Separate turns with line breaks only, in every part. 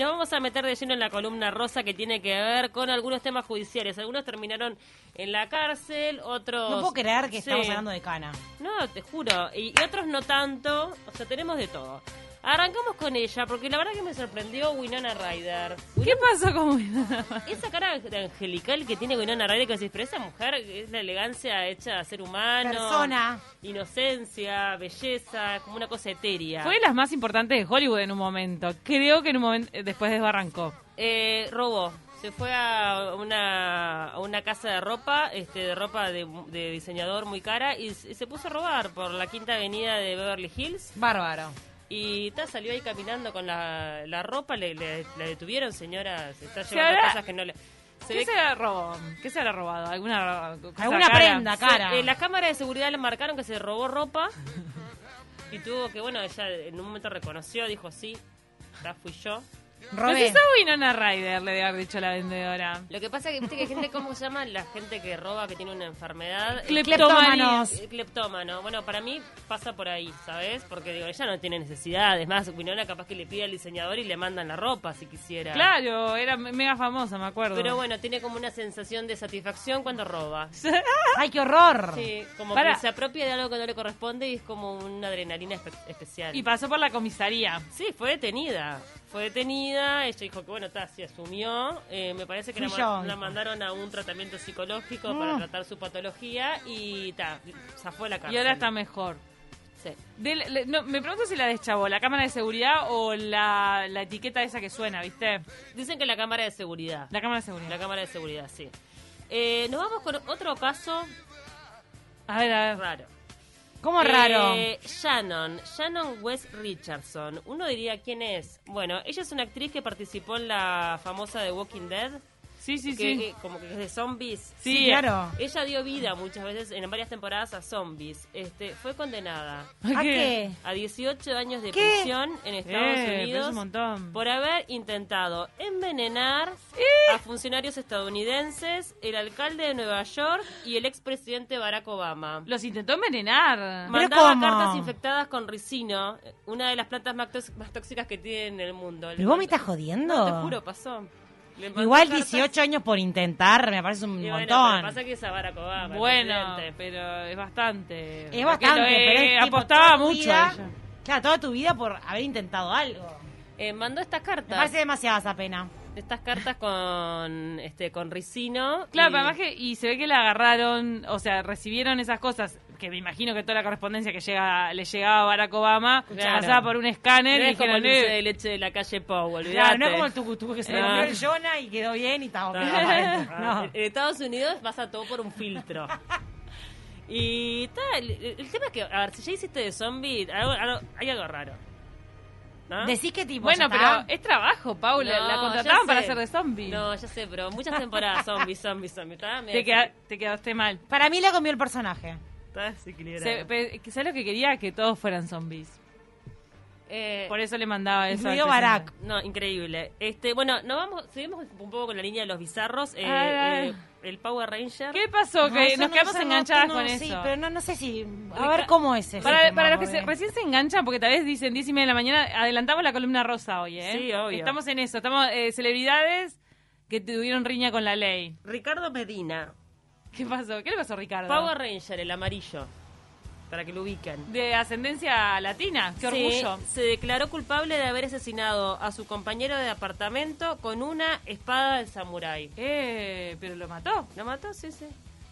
nos vamos a meter de lleno en la columna rosa que tiene que ver con algunos temas judiciales. Algunos terminaron en la cárcel, otros...
No puedo creer que
Sí.
estamos hablando de cana.
No, te juro. Y, y otros no tanto. O sea, tenemos de todo. Arrancamos con ella, porque la verdad que me sorprendió Winona Ryder.
¿Qué pasó con Winona?
Esa cara de angelical que tiene Winona Ryder, que decís, pero esa mujer es la elegancia hecha a ser humano.
Persona.
Inocencia, belleza, como una cosa etérea.
Fue de las más importantes de Hollywood en un momento. Creo que en un momento eh, después desbarrancó.
Eh, robó. Se fue a una, a una casa de ropa, este, de ropa de, de diseñador muy cara, y, s- y se puso a robar por la quinta avenida de Beverly Hills.
Bárbaro.
Y ta, salió ahí caminando con la, la ropa, le, le- la detuvieron, señora. Se está
Se
llevando
habrá-
cosas que no le. se
¿Qué
ve
se la robó? ¿Qué se habrá robado? ¿Alguna, cosa
Alguna
cara?
prenda, cara.
Se- eh, las cámaras de seguridad le marcaron que se robó ropa y tuvo que, bueno, ella en un momento reconoció, dijo sí, ya fui yo.
No sé
Robé.
si Winona Ryder, le debe haber dicho la vendedora.
Lo que pasa es que, viste, que hay gente, ¿cómo se llama? La gente que roba, que tiene una enfermedad.
Cleptómanos.
Eh, Cleptómano. Bueno, para mí pasa por ahí, ¿sabes? Porque digo, ella no tiene necesidad. Es más, Winona capaz que le pide al diseñador y le mandan la ropa si quisiera.
Claro, era me- mega famosa, me acuerdo.
Pero bueno, tiene como una sensación de satisfacción cuando roba.
¡Ay, qué horror!
Sí, como
Para.
que se apropia de algo que no le corresponde y es como una adrenalina espe- especial.
Y pasó por la comisaría.
Sí, fue detenida. Fue detenida, ella dijo que bueno, ta, se asumió. Eh, me parece que la,
Fui
ma-
yo,
la
dijo.
mandaron a un tratamiento
Mm.
psicológico para tratar su patología y ta, zafó de la cárcel.
Y ahora está mejor.
Sí.
Del- le- no, me pregunto si la deschavó, la cámara de seguridad o la, la etiqueta esa que suena, ¿viste?
Dicen que la cámara de seguridad.
La cámara de
La
seguridad.
cámara de seguridad, sí. Eh, nos vamos con otro caso
A ver, a ver.
raro.
¿Cómo
Eh,
raro?
Shannon, Shannon West Richardson. Uno diría quién es. Bueno, ella es una actriz que participó en la famosa de Walking Dead,
Sí, sí,
que,
sí.
que como que es de zombies.
Sí,
Sí, claro.
Ella dio vida muchas veces en varias temporadas a zombies. Este, fue condenada
¿Por
¿A Ah, qué?
a 18 años de
¿Qué?
prisión en Estados
Eh, pero
Unidos
es un montón.
por haber intentado envenenar a funcionarios estadounidenses, el alcalde de Nueva York y el expresidente Barack Obama.
Los intentó envenenar.
Ma-
Mandaba
cómo?
cartas infectadas con ricino, una de las plantas más, tox- más tóxicas que tiene en el mundo. Le
¿Pero vos me
mandó-
estás jodiendo?
No, te juro, pasó. Le mandó
Igual
cartas-
18 años por intentar, me parece un
Y bueno, pero
montón.
pasa que es a Barack Obama, el
bueno,
presidente.
pero Ah, es bastante. Porque
Es
lo-
bastante,
eh,
pero es tipo
apostaba
toda tu
mucho
vida-
ella.
Claro, toda tu vida por haber intentado algo.
Eh, mandó estas cartas.
Me parece demasiada esa pena.
Estas cartas con este con ricino.
Claro,
y-
pero además que, y se ve que la agarraron, o sea, recibieron esas cosas, que me imagino que toda la correspondencia que llega, le llegaba a Barack Obama,
Claro.
pasaba por un
no
escáner y
es como
dijeron,
el dulce
"Eh,
de leche de la calle Powell,
Claro,
olvidate.
no es como el tucutú que se le
Ah.
No.
comió el Jonah y quedó bien y estaba
Ah,
No.
En en Estados Unidos pasa todo por un filtro. Y tal, el, el tema es que, a ver, si ya hiciste de zombie, algo- algo- hay algo raro. ¿No?
Decís que tipo.
Bueno,
ya
pero eh,
está.
es trabajo, Paula.
No,
la
ya
contrataban para
sé.
hacer de zombie.
No, ya sé, pero muchas temporadas zombie, zombie, zombie. Estaba medio-
te, queda- te quedaste mal.
Para mí la comió el personaje.
estaba desequilibrada.
Se, pe- ¿Sabes lo que quería? Que todos fueran zombies.
Eh,
Por eso le mandaba eso. al
Incluido
presidente.
Barack.
No, increíble. Este, bueno, nos vamos, seguimos un poco con la línea de los bizarros. Eh,
Ay,
eh, el Power Ranger.
¿Qué pasó?
Ay,
Que
yo
nos
no
quedamos
sé, no,
enganchadas
no,
con
sí,
eso.
pero eh. no, no sé si. A
Uy,
ver
ca-
cómo es eso.
Para, para los que se- recién se enganchan, porque tal vez dicen 10 y media de la mañana, adelantamos la columna rosa hoy, ¿eh?
Sí, obvio.
Estamos en eso. Estamos eh, celebridades que tuvieron riña con la ley.
Ricardo Medina.
¿Qué pasó? ¿Qué le pasó, Ricardo?
Power Ranger, el amarillo. Para que lo ubiquen.
De ascendencia latina. Qué
Sí,
orgullo.
Se declaró culpable de haber asesinado a su compañero de apartamento con una espada de samurái.
Eh, pero lo mató.
¿Lo mató? Sí, sí.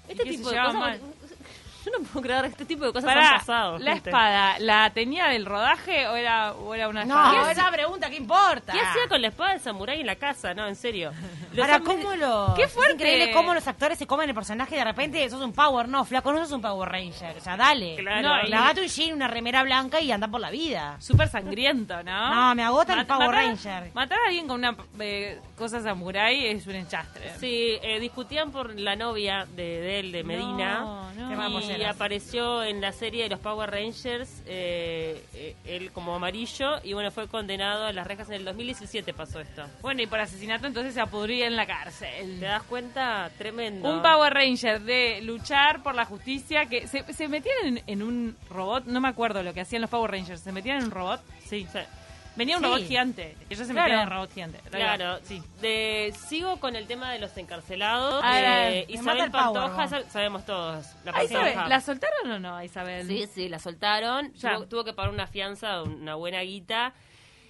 Este
qué se
tipo de
llevaban
cosas. Yo no puedo creer, este tipo de cosas
Pará,
han pasado.
¿La
gente.
espada la tenía del rodaje o era, o era una
No,
espada?
es la pregunta, ¿qué importa?
¿Qué hacía con la espada de samurái en la casa? No, en serio. Los
Ahora,
hombres-
¿cómo lo.?
¡Qué
es
fuerte!
increíble cómo los actores se comen el personaje y de repente sos un Power. No, flaco, no sos un Power Ranger. O sea, dale.
Claro,
No,
ahí-
Clavate un jean, una remera blanca y anda por la vida.
Súper sangriento, ¿no?
No, me agota el
Mat-
Power
matar-
Ranger.
Matar a alguien con una eh, cosa samurái es un enchastre.
Sí, eh, discutían por la novia de, de él, de Medina.
No, no.
Qué
Y
baboseras.
apareció en la serie de los Power Rangers, eh, eh, él como amarillo, y bueno, fue condenado a las rejas en el 2017, pasó esto.
Bueno, y por asesinato entonces se apudría en la
¿Te
cárcel.
das cuenta? Tremendo.
Un Power Ranger de luchar por la justicia que se, se metían en, en un robot, no me acuerdo lo que hacían los Power Rangers, se metían en un robot.
Sí. sí.
Venía un
Sí.
robot gigante. Ellos se
Claro.
metieron en un robot gigante. Ahí va.
Claro,
Sí.
De- sigo con el tema de los encarcelados.
Ah, era-
Eh,
me mata
Isabel
el Powerball.
Pantoja, sab- sabemos todos. La
Ah, Isabel,
Pantoja.
¿La soltaron o no, a Isabel?
Sí, sí, la soltaron.
Ya.
Tuvo, tuvo que pagar una fianza, una buena guita.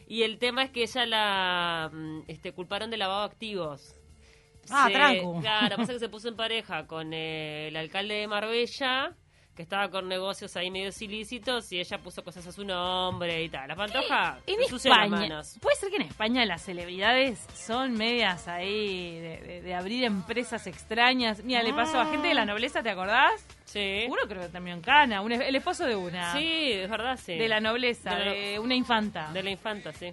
Y el tema es que ella la mm, este, culparon de lavado de activos.
Ah,
Se-
tranco.
Claro, pasa que se puso en pareja con eh, el alcalde de Marbella, que estaba con negocios ahí medios ilícitos, y ella puso cosas a su nombre y tal. La pantoja
En
se ensució las
España,
manos.
puede ser que en España las celebridades son medias ahí de, de- de abrir empresas extrañas. Mira, le pasó a gente de la nobleza, ¿te acordás?
Ah. Sí.
Uno creo que también en Cana, un es- el esposo de una.
Sí, es verdad, sí.
De la nobleza,
De
de,
la-
una infanta.
De la infanta, sí.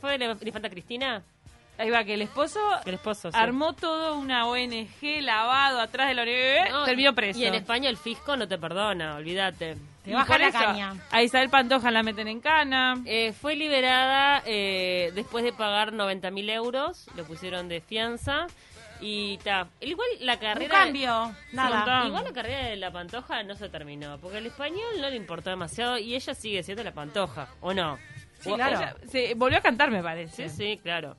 ¿Fue de la infanta Cristina?
Ahí va, que el esposo
El esposo, sí.
armó todo una ONG lavado atrás de la ONG,
No,
terminó preso.
Y en España el fisco no te perdona, olvídate.
Te
Y
baja
por
la
eso,
caña.
A Isabel Pantoja la meten en Cana.
Eh, fue liberada eh, después de pagar 90.000 euros, lo pusieron de fianza y ta. Igual la
Un
carrera...
cambio, nada.
montón.
Igual la carrera de la Pantoja no se terminó, porque al español no le importó demasiado y ella sigue siendo la Pantoja, ¿o no?
Sí, claro.
Ella se volvió a cantar, me
Sí,
parece.
sí, claro.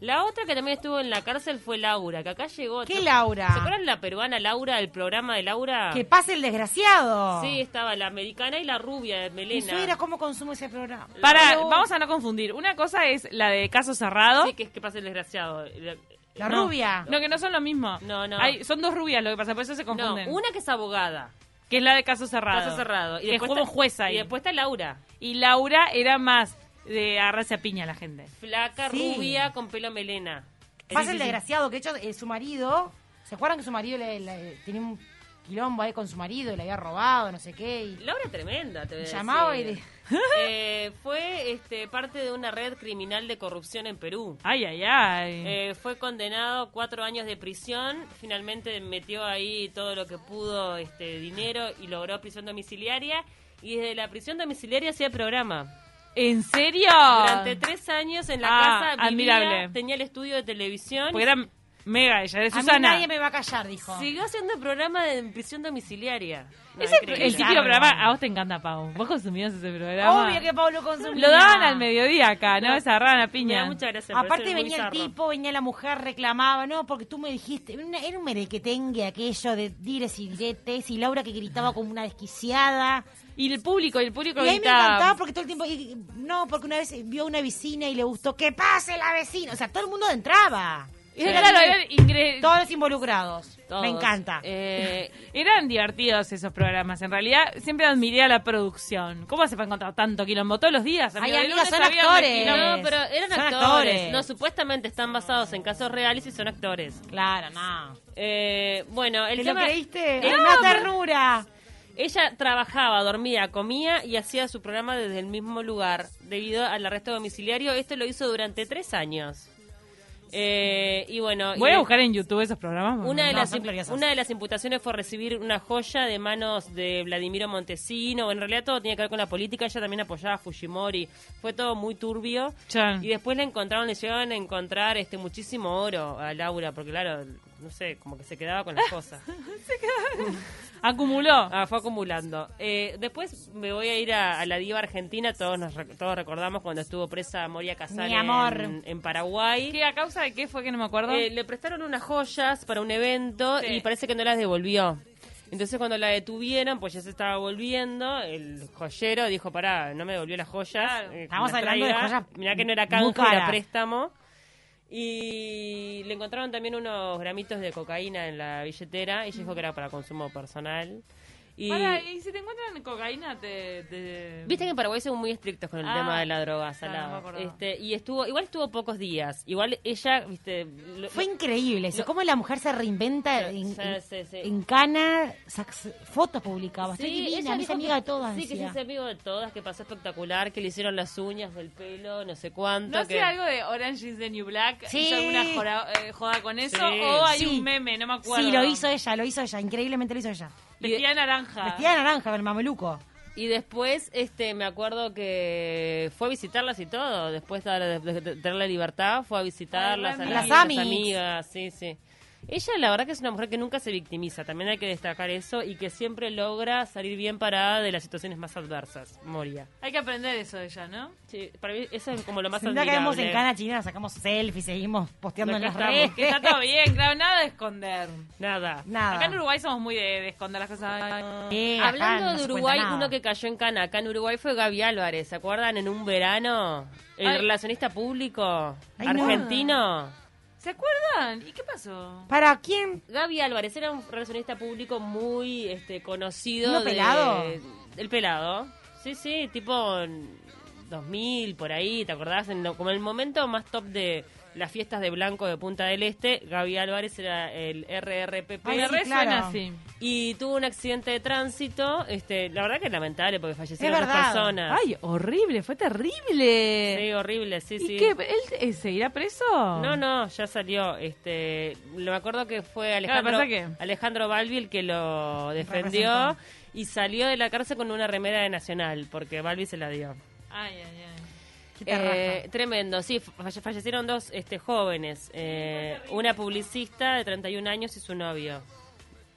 La otra que también estuvo en la cárcel fue Laura, que acá llegó...
¿Qué Laura?
¿Se acuerdan la peruana Laura, el programa de Laura?
Que pase el desgraciado.
Sí, estaba la americana y la rubia de
Mi
Melena.
suegra, ¿cómo consumo ese programa?
Para,
No.
vamos a no confundir. Una cosa es la de caso cerrado.
Sí, que es que pasa el desgraciado. La- eh,
La
No.
rubia.
No, que no son lo mismo.
No, no.
Hay- son dos rubias lo que pasa, por eso se
No,
confunden.
una que es abogada.
Que es la de caso cerrado.
Caso cerrado. Y
que es
después
como
está-
jueza ahí.
Y después está Laura.
Y Laura era más de agarrarse a piña a la gente.
Flaca,
Sí.
rubia, con pelo melena.
Pasa el desgraciado, que de hecho eh, su marido, ¿se acuerdan que su marido le, le- tenía un quilombo ahí con su marido y le había robado, no sé qué? y-
Laura tremenda, te voy a decir.
Llamaba y le-
Eh, fue este, parte de una red criminal de corrupción en Perú.
Ay, ay, ay.
Eh, fue condenado a cuatro años de prisión. Finalmente metió ahí todo lo que pudo, este dinero, y logró prisión domiciliaria. Y desde la prisión domiciliaria hacía programa.
¿En serio?
Durante tres años en la
Ah,
casa vivía,
admirable.
tenía el estudio de televisión.
Porque era mega ella, de
A mí
Susana.
nadie me va a callar, dijo.
Siguió haciendo programa de en prisión domiciliaria. No,
Ese
increíble.
el típico programa, a vos te encanta, Pau. Vos consumías ese programa.
Obvio que Pablo consumía.
Lo daban al mediodía acá, ¿no?
No.
Esa rana
Me da
piña.
mucha gracia, me
Aparte
parece muy
venía el
bizarro.
tipo, venía la mujer, reclamaba, no, porque tú me dijiste, Era una- era un merequetengue aquello de dires y diretes y Laura que gritaba como una desquiciada.
Y el público, y el público
Y a mí me
gritaba.
encantaba porque todo el tiempo, y- no, porque una vez vio una vecina y le gustó, que pase la vecina, o sea, todo el mundo entraba.
Era, claro, eran ingre-
Todos los involucrados.
Todos.
Me encanta.
Eh,
Eran divertidos esos programas. En realidad, siempre admiré a la producción. ¿Cómo se para encontrar tanto quilombo? Todos los días.
Ay,
amigo, de
amiga,
lunes
son
a viernes,
actores.
quilombo.
no, pero eran
Son
actores.
actores.
No, supuestamente están basados en casos reales y son actores.
Claro, no.
Eh, bueno, el
¿Te lo
tema.
creíste?
Eh,
Era una ternura.
Ella trabajaba, dormía, comía y hacía su programa desde el mismo lugar. Debido al arresto domiciliario, esto lo hizo durante tres años. Eh, y bueno,
Voy
y-
a buscar en YouTube esos programas.
Una de,
No,
las,
son
imp-
gloriosas.
una de las imputaciones fue recibir una joya de manos de Vladimiro Montesino. En realidad todo tenía que ver con la política. Ella también apoyaba a Fujimori. Fue todo muy turbio.
Chan.
Y después le encontraron, le llegaron a encontrar este muchísimo oro a Laura, porque claro, no sé, como que se quedaba con las cosas.
Acumuló.
Ah, fue acumulando. Eh, después me voy a ir a, a la diva argentina. Todos nos rec- todos recordamos cuando estuvo presa Moria Casal
Mi amor.
en, en Paraguay.
¿Qué, ¿A causa de qué fue que no me acuerdo?
Eh, le prestaron unas joyas para un evento
Sí.
y parece que no las devolvió. Entonces cuando la detuvieron, pues ya se estaba volviendo, el joyero dijo, pará, no me devolvió las joyas.
Claro.
eh,
Estamos
las
hablando de joyas
Mirá que no era
muy
canje, era
caras.
préstamo. Y le encontraron también unos gramitos de cocaína en la billetera. Ella dijo que era para consumo personal. Y
Pará, y si te encuentran cocaína, te. te-
Viste que en Paraguay son muy estrictos con el
Ah,
tema de la droga,
claro, no me
salado.
acordaba.
este, y estuvo, igual estuvo pocos días. Igual ella, viste, lo-
Fue increíble eso, cómo la mujer se reinventa
Sí,
en,
sí,
en-
sí, sí.
en cana, sac- fotos publicaba, estoy
Sí,
divina,
ella
me hice
dijo que-
amiga de todas.
Sí, que se
decía.
hizo amigo de todas, que pasó espectacular, que le hicieron las uñas, el pelo, no sé cuánto.
No sé,
que-
algo de Orange is the New Black.
Sí.
Hizo alguna jora- eh, joda con eso.
Sí.
O hay
Sí.
un meme, no me acuerdo.
Sí, lo hizo ella, lo hizo ella, increíblemente lo hizo ella.
Vestida de naranja.
Vestida de naranja, el mameluco.
Y después, este, me acuerdo que fue a visitarlas y todo. Después de, de- de tener la libertad, fue a visitarlas
Ay,
a
re
las, las
amigas. Las amis.
amigas, sí, sí. Ella, la verdad, que es una mujer que nunca se victimiza. También hay que destacar eso y que siempre logra salir bien parada de las situaciones más adversas. Moria.
Hay que aprender eso de ella, ¿no?
Sí, para mí eso es como lo más
Si no caemos en
admirable.
cana chilena, sacamos selfies, seguimos posteando en
Acá
las redes.
estamos.
Que está todo bien, claro, nada de esconder.
Nada.
Nada.
Acá en Uruguay somos muy de, de esconder las cosas.
Sí, acá
Hablando
no
de
se cuenta
Uruguay,
nada.
uno que cayó en cana acá en Uruguay fue Gaby Álvarez. ¿Se acuerdan? En un verano, el
Ay.
relacionista público
Ay, no.
argentino.
¿Se acuerdan? ¿Y qué pasó?
¿Para quién?
Gaby Álvarez era un relacionista público muy este, conocido.
¿No
de-
pelado?
El pelado. Sí, sí, tipo en 2000, por ahí, ¿te acordás? En lo- como en el momento más top de las fiestas de Blanco de Punta del Este, Gaby Álvarez era el RRPP.
Ay,
Me
sí,
re
claro.
suena así.
Y tuvo un accidente de tránsito, este, la verdad que es lamentable porque fallecieron
Es
dos
verdad.
personas.
Ay, horrible, fue terrible.
sí, horrible, sí,
¿Y
sí.
qué? ¿Él eh, se irá preso?
No, no, ya salió. Este, lo- me acuerdo que fue Alejandro,
pasa que-
Alejandro Balbi el que lo defendió
Representó.
y salió de la cárcel con una remera de Nacional, porque Balbi se la dio.
Ay, ay, ay.
¿Qué te
Eh,
raja?
tremendo, sí, falle- fallecieron dos este, jóvenes, eh, una publicista de 31 años y su novio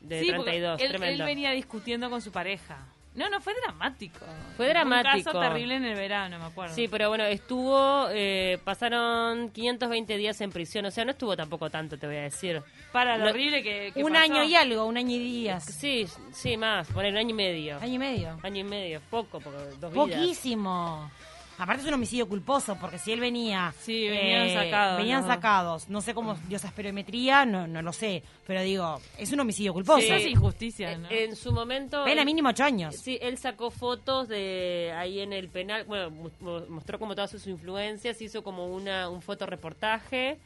de
Sí, porque
32,
él,
tremendo.
él venía discutiendo con su pareja. No, no, fue dramático.
Fue
Un
dramático.
caso terrible en el verano, me acuerdo.
Sí, pero bueno, estuvo, eh, pasaron 520 días en prisión, o sea, no estuvo tampoco tanto, te voy a decir.
para lo
no-
horrible que, que
Un
pasó.
año y algo, un año y días.
Sí, sí, más, poner un año y medio.
Año y medio.
Año y medio, poco, porque dos vidas.
Poquísimo. Aparte es un homicidio culposo, porque si él venía... eh,
Sí, venían sacados,
Venían
¿no?
sacados. No sé cómo dio esa esperometría, no, no lo sé. Pero digo, es un homicidio culposo.
Eso es injusticia, ¿no?
En su momento.
Pena
él-
mínimo ocho años.
Sí, él sacó fotos de ahí en el penal. Bueno, mu- mu- mostró como todas sus influencias, hizo como una, un fotoreportaje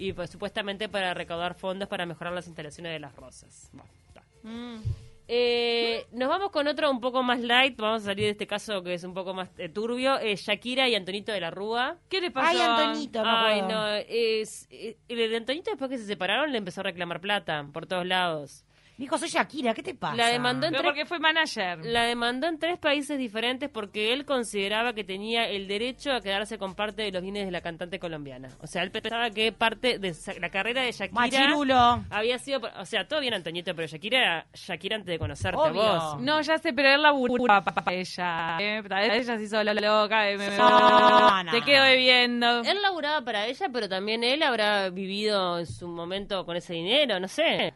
y pues supuestamente para recaudar fondos para mejorar las instalaciones de las rosas. Bueno, está.
Mm.
Eh, nos vamos con otro un poco más light, vamos a salir de este caso que es un poco más eh, turbio. Eh, Shakira y Antonito de la Rúa.
¿Qué le pasó?
Ay, Antonito, me
Ay,
acuerdo.
no. Es, eh, el de Antonito, después que se separaron, le empezó a reclamar plata por todos lados.
Dijo, soy Shakira, ¿qué te pasa?
La demandó en
Pero
tres,
porque fue
Mm.
manager.
la demandó en tres países diferentes porque él consideraba que tenía el derecho a quedarse con parte de los bienes de la cantante colombiana. O sea, él pensaba que parte de sa- la carrera de Shakira
Machirulo.
había sido. O sea, todo bien, Antonito, pero Shakira era Shakira antes de conocerte
Obvio.
vos.
No, ya sé, pero él laburaba para ella. eh, Tal vez ella se hizo la loca. eh, me-
No, no.
Te quedo bebiendo.
Él laburaba para ella, pero también él habrá vivido en su momento con ese dinero, no sé.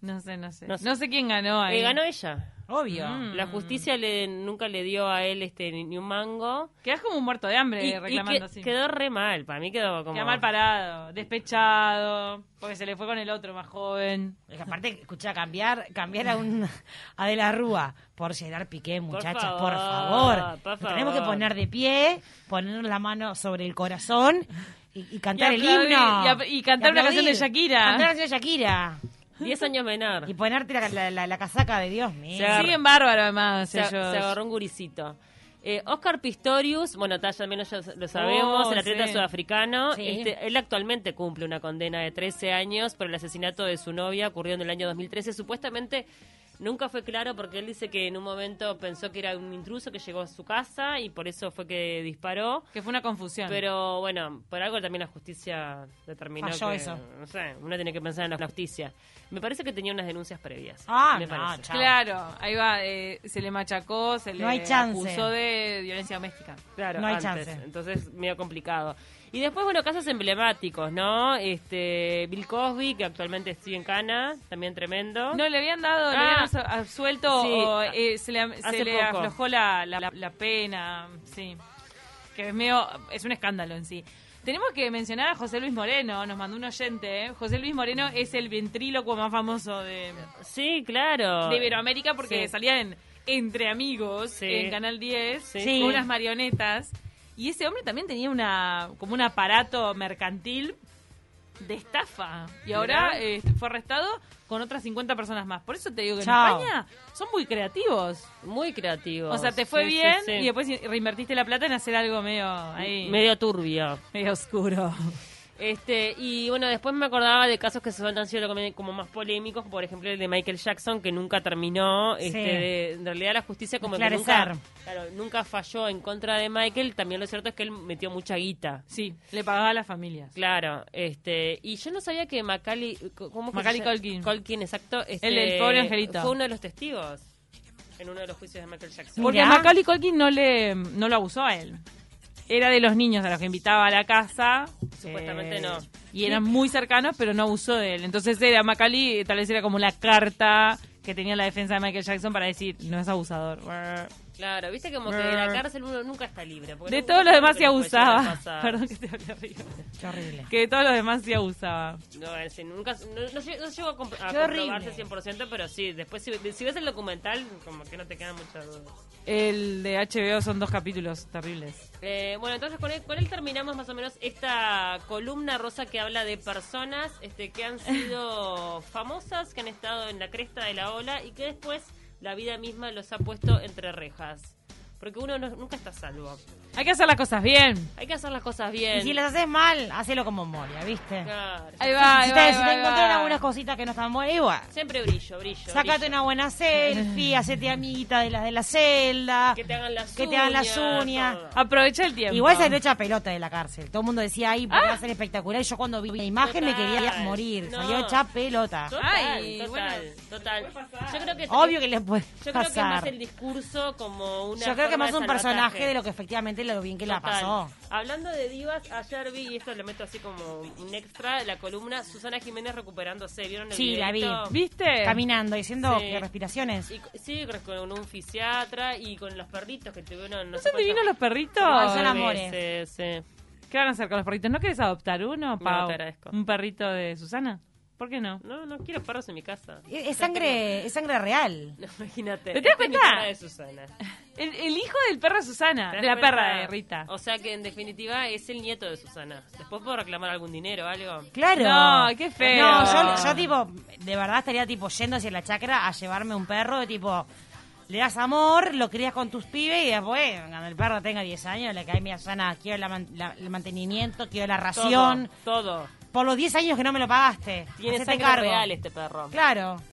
No sé, no sé.
No
No
sé.
sé, quién ganó ahí.
Eh, ganó ella.
Obvio.
Mm.
La justicia le, nunca le dio a él este ni, ni un mango.
Quedás como un muerto de hambre
Y, y
Eh, reclamando
que-
así. Quedó,
quedó re mal, para mí quedó como...
mal parado, despechado, porque se le fue con el otro más joven.
Es que Aparte, escucha, cambiar, cambiar a un a De la Rúa por Gerard Piqué, muchachas, por
favor,
favor.
por
Nos Tenemos que
favor.
poner de pie, poner la mano sobre el corazón y, y cantar
Y
el
aplaudir,
himno.
y ap- y cantar una
aplaudir.
canción de Shakira.
Cantar una canción de Shakira.
10 años menor.
pues
Y ponerte la, la- la- la casaca de Dios mío.
Se agarró-
Siguen bárbaro además
se, se
ellos.
agarró un guricito. Eh, Oscar Pistorius, bueno, tal, ya al menos ya lo sabemos,
Oh,
el atleta
sí.
sudafricano,
Sí.
este, él actualmente cumple una condena de 13 años por el asesinato de su novia ocurrió en el año 2013. Supuestamente nunca fue claro porque él dice que en un momento pensó que era un intruso que llegó a su casa y por eso fue que disparó.
Que fue una confusión.
Pero bueno, por algo también la justicia determinó
Falló
que,
eso.
no sé, uno tiene que pensar en la justicia. Me parece que tenía unas denuncias previas.
Ah,
me
no,
parece.
chao.
claro, ahí va, eh, se le machacó, se le
No hay chance.
acusó de violencia doméstica.
Claro,
No hay
antes.
chance.
Entonces, medio complicado. Y después, bueno, casos emblemáticos, ¿no? Este, Bill Cosby, que actualmente estoy en Cana, también tremendo.
No, le habían dado, le
Ah.
habían abso- absuelto
Sí,
o eh, se le, se
hace
le
poco.
aflojó la, la- la- la pena, sí. Que es medio, es un escándalo en sí. Tenemos que mencionar a José Luis Moreno, nos mandó un oyente, ¿eh? José Luis Moreno es el ventrílocuo más famoso de,
Sí, claro.
de Iberoamérica porque
Sí.
salía en Entre Amigos,
Sí.
en Canal 10,
Sí.
con unas marionetas. Y ese hombre también tenía una como un aparato mercantil de estafa. Y ahora
Mirá.
eh, fue arrestado con otras 50 personas más. Por eso te digo que
Chao.
en España son muy creativos.
Muy creativo.
O sea, te fue
Sí, sí,
bien
sí.
y después reinvertiste la plata en hacer algo medio ahí,
Medio turbio.
medio oscuro.
Este, y bueno, después me acordaba de casos que son- han sido como- como más polémicos, por ejemplo el de Michael Jackson, que nunca terminó.
Sí.
Este, de- en realidad la justicia como que
Esclarecer.
nunca, claro, nunca falló en contra de Michael. También lo cierto es que él metió mucha guita.
Sí, le pagaba a las familias.
Claro, este, y yo no sabía que Macaulay, ¿cómo es que se
Macaulay
llama?
Culkin.
Culkin, exacto. este,
El del pobre angelito.
Fue uno de los testigos en uno de los juicios de Michael Jackson.
Porque
Mirá.
Macaulay Culkin no le no lo abusó a él. Era de los niños a los que invitaba a la casa. eh,
Supuestamente no.
Y eran muy cercanos, pero no abusó de él. Entonces era Macaulay, tal vez era como la carta que tenía la defensa de Michael Jackson para decir, no es abusador.
Claro, viste como que en la cárcel uno nunca está libre. porque
De
nunca
todo lo
sabe
demás
que
se
le puede llegar a
abusaba.
pasar.
Perdón que te hablé arriba.
Qué horrible.
Que de todo lo demás se abusaba.
No, ese nunca, no, no lle- no llegó a, comp- a
Qué horrible.
comprobarse 100%, pero sí, después si, si ves el documental, como que no te quedan muchas dudas.
El de HBO son dos capítulos terribles.
Eh, bueno, entonces con él, con él terminamos más o menos esta columna rosa que habla de personas este, que han sido famosas, que han estado en la cresta de la ola y que después la vida misma los ha puesto entre rejas. Porque uno no- nunca está a salvo.
Hay que hacer las cosas bien.
Hay que hacer las cosas bien.
Y si las haces mal, hacelo con memoria, ¿viste?
Claro.
Ahí va, ahí
si
va,
te,
ahí
si
va,
te
ahí va.
encontraron algunas cositas que no están buenas, igual.
Siempre brillo, brillo.
Sacate
brillo.
una buena selfie, hacete amiguita de las de la celda.
Que te hagan las
que
uñas.
te hagan las uñas.
todo.
Aprovecha el tiempo.
Igual salió hecha pelota de la cárcel. Todo el mundo decía, ahí va a ser espectacular. Y yo cuando vi la imagen me quería
Total.
morir.
No.
Salió hecha pelota.
Total,
Ay,
total,
bueno,
total. Yo creo que
Obvio que les puede
yo creo que es
pasar.
más el discurso como una
Yo creo que
forma
más
de
un personaje
salvataje.
de lo que efectivamente lo bien que la
Total.
pasó.
Hablando de divas, ayer vi, y esto lo meto así como un extra, la columna Susana Jiménez recuperándose. ¿Vieron el
Sí, la vi.
videíto?
¿Viste?
Caminando, diciendo
Sí.
que respiraciones.
Y, sí, creo que con un fisiatra y con los perritos que tuvieron. No,
¿No
sé
son divinos los perritos?
Ay, son amores.
Sí, sí.
¿Qué van a hacer con los perritos? ¿No quieres adoptar uno, Pau?
te agradezco.
¿Un perrito de Susana? ¿Por qué no?
No, no quiero perros en mi casa.
Es es sangre, es sangre real.
No, imagínate.
¿Te
Esta
das
es mi
cuenta?
cara de Susana.
El, el hijo del perro de Susana,
¿Te
de
das
la
cuenta?
perra de Rita.
Ah, O sea que en definitiva es el nieto de Susana. Después puedo reclamar algún dinero o algo.
Claro.
No, qué feo.
No, yo, yo, tipo, de verdad estaría tipo yendo hacia la chacra a llevarme un perro, tipo, le das amor, lo crías con tus pibes y después, cuando el perro tenga 10 años, le cae mi sana, quiero la man- la- el mantenimiento, quiero la ración.
Todo. todo.
Por los 10 años que no me lo pagaste.
Tiene
hacete
sangre
cargo.
real este perro.
Claro.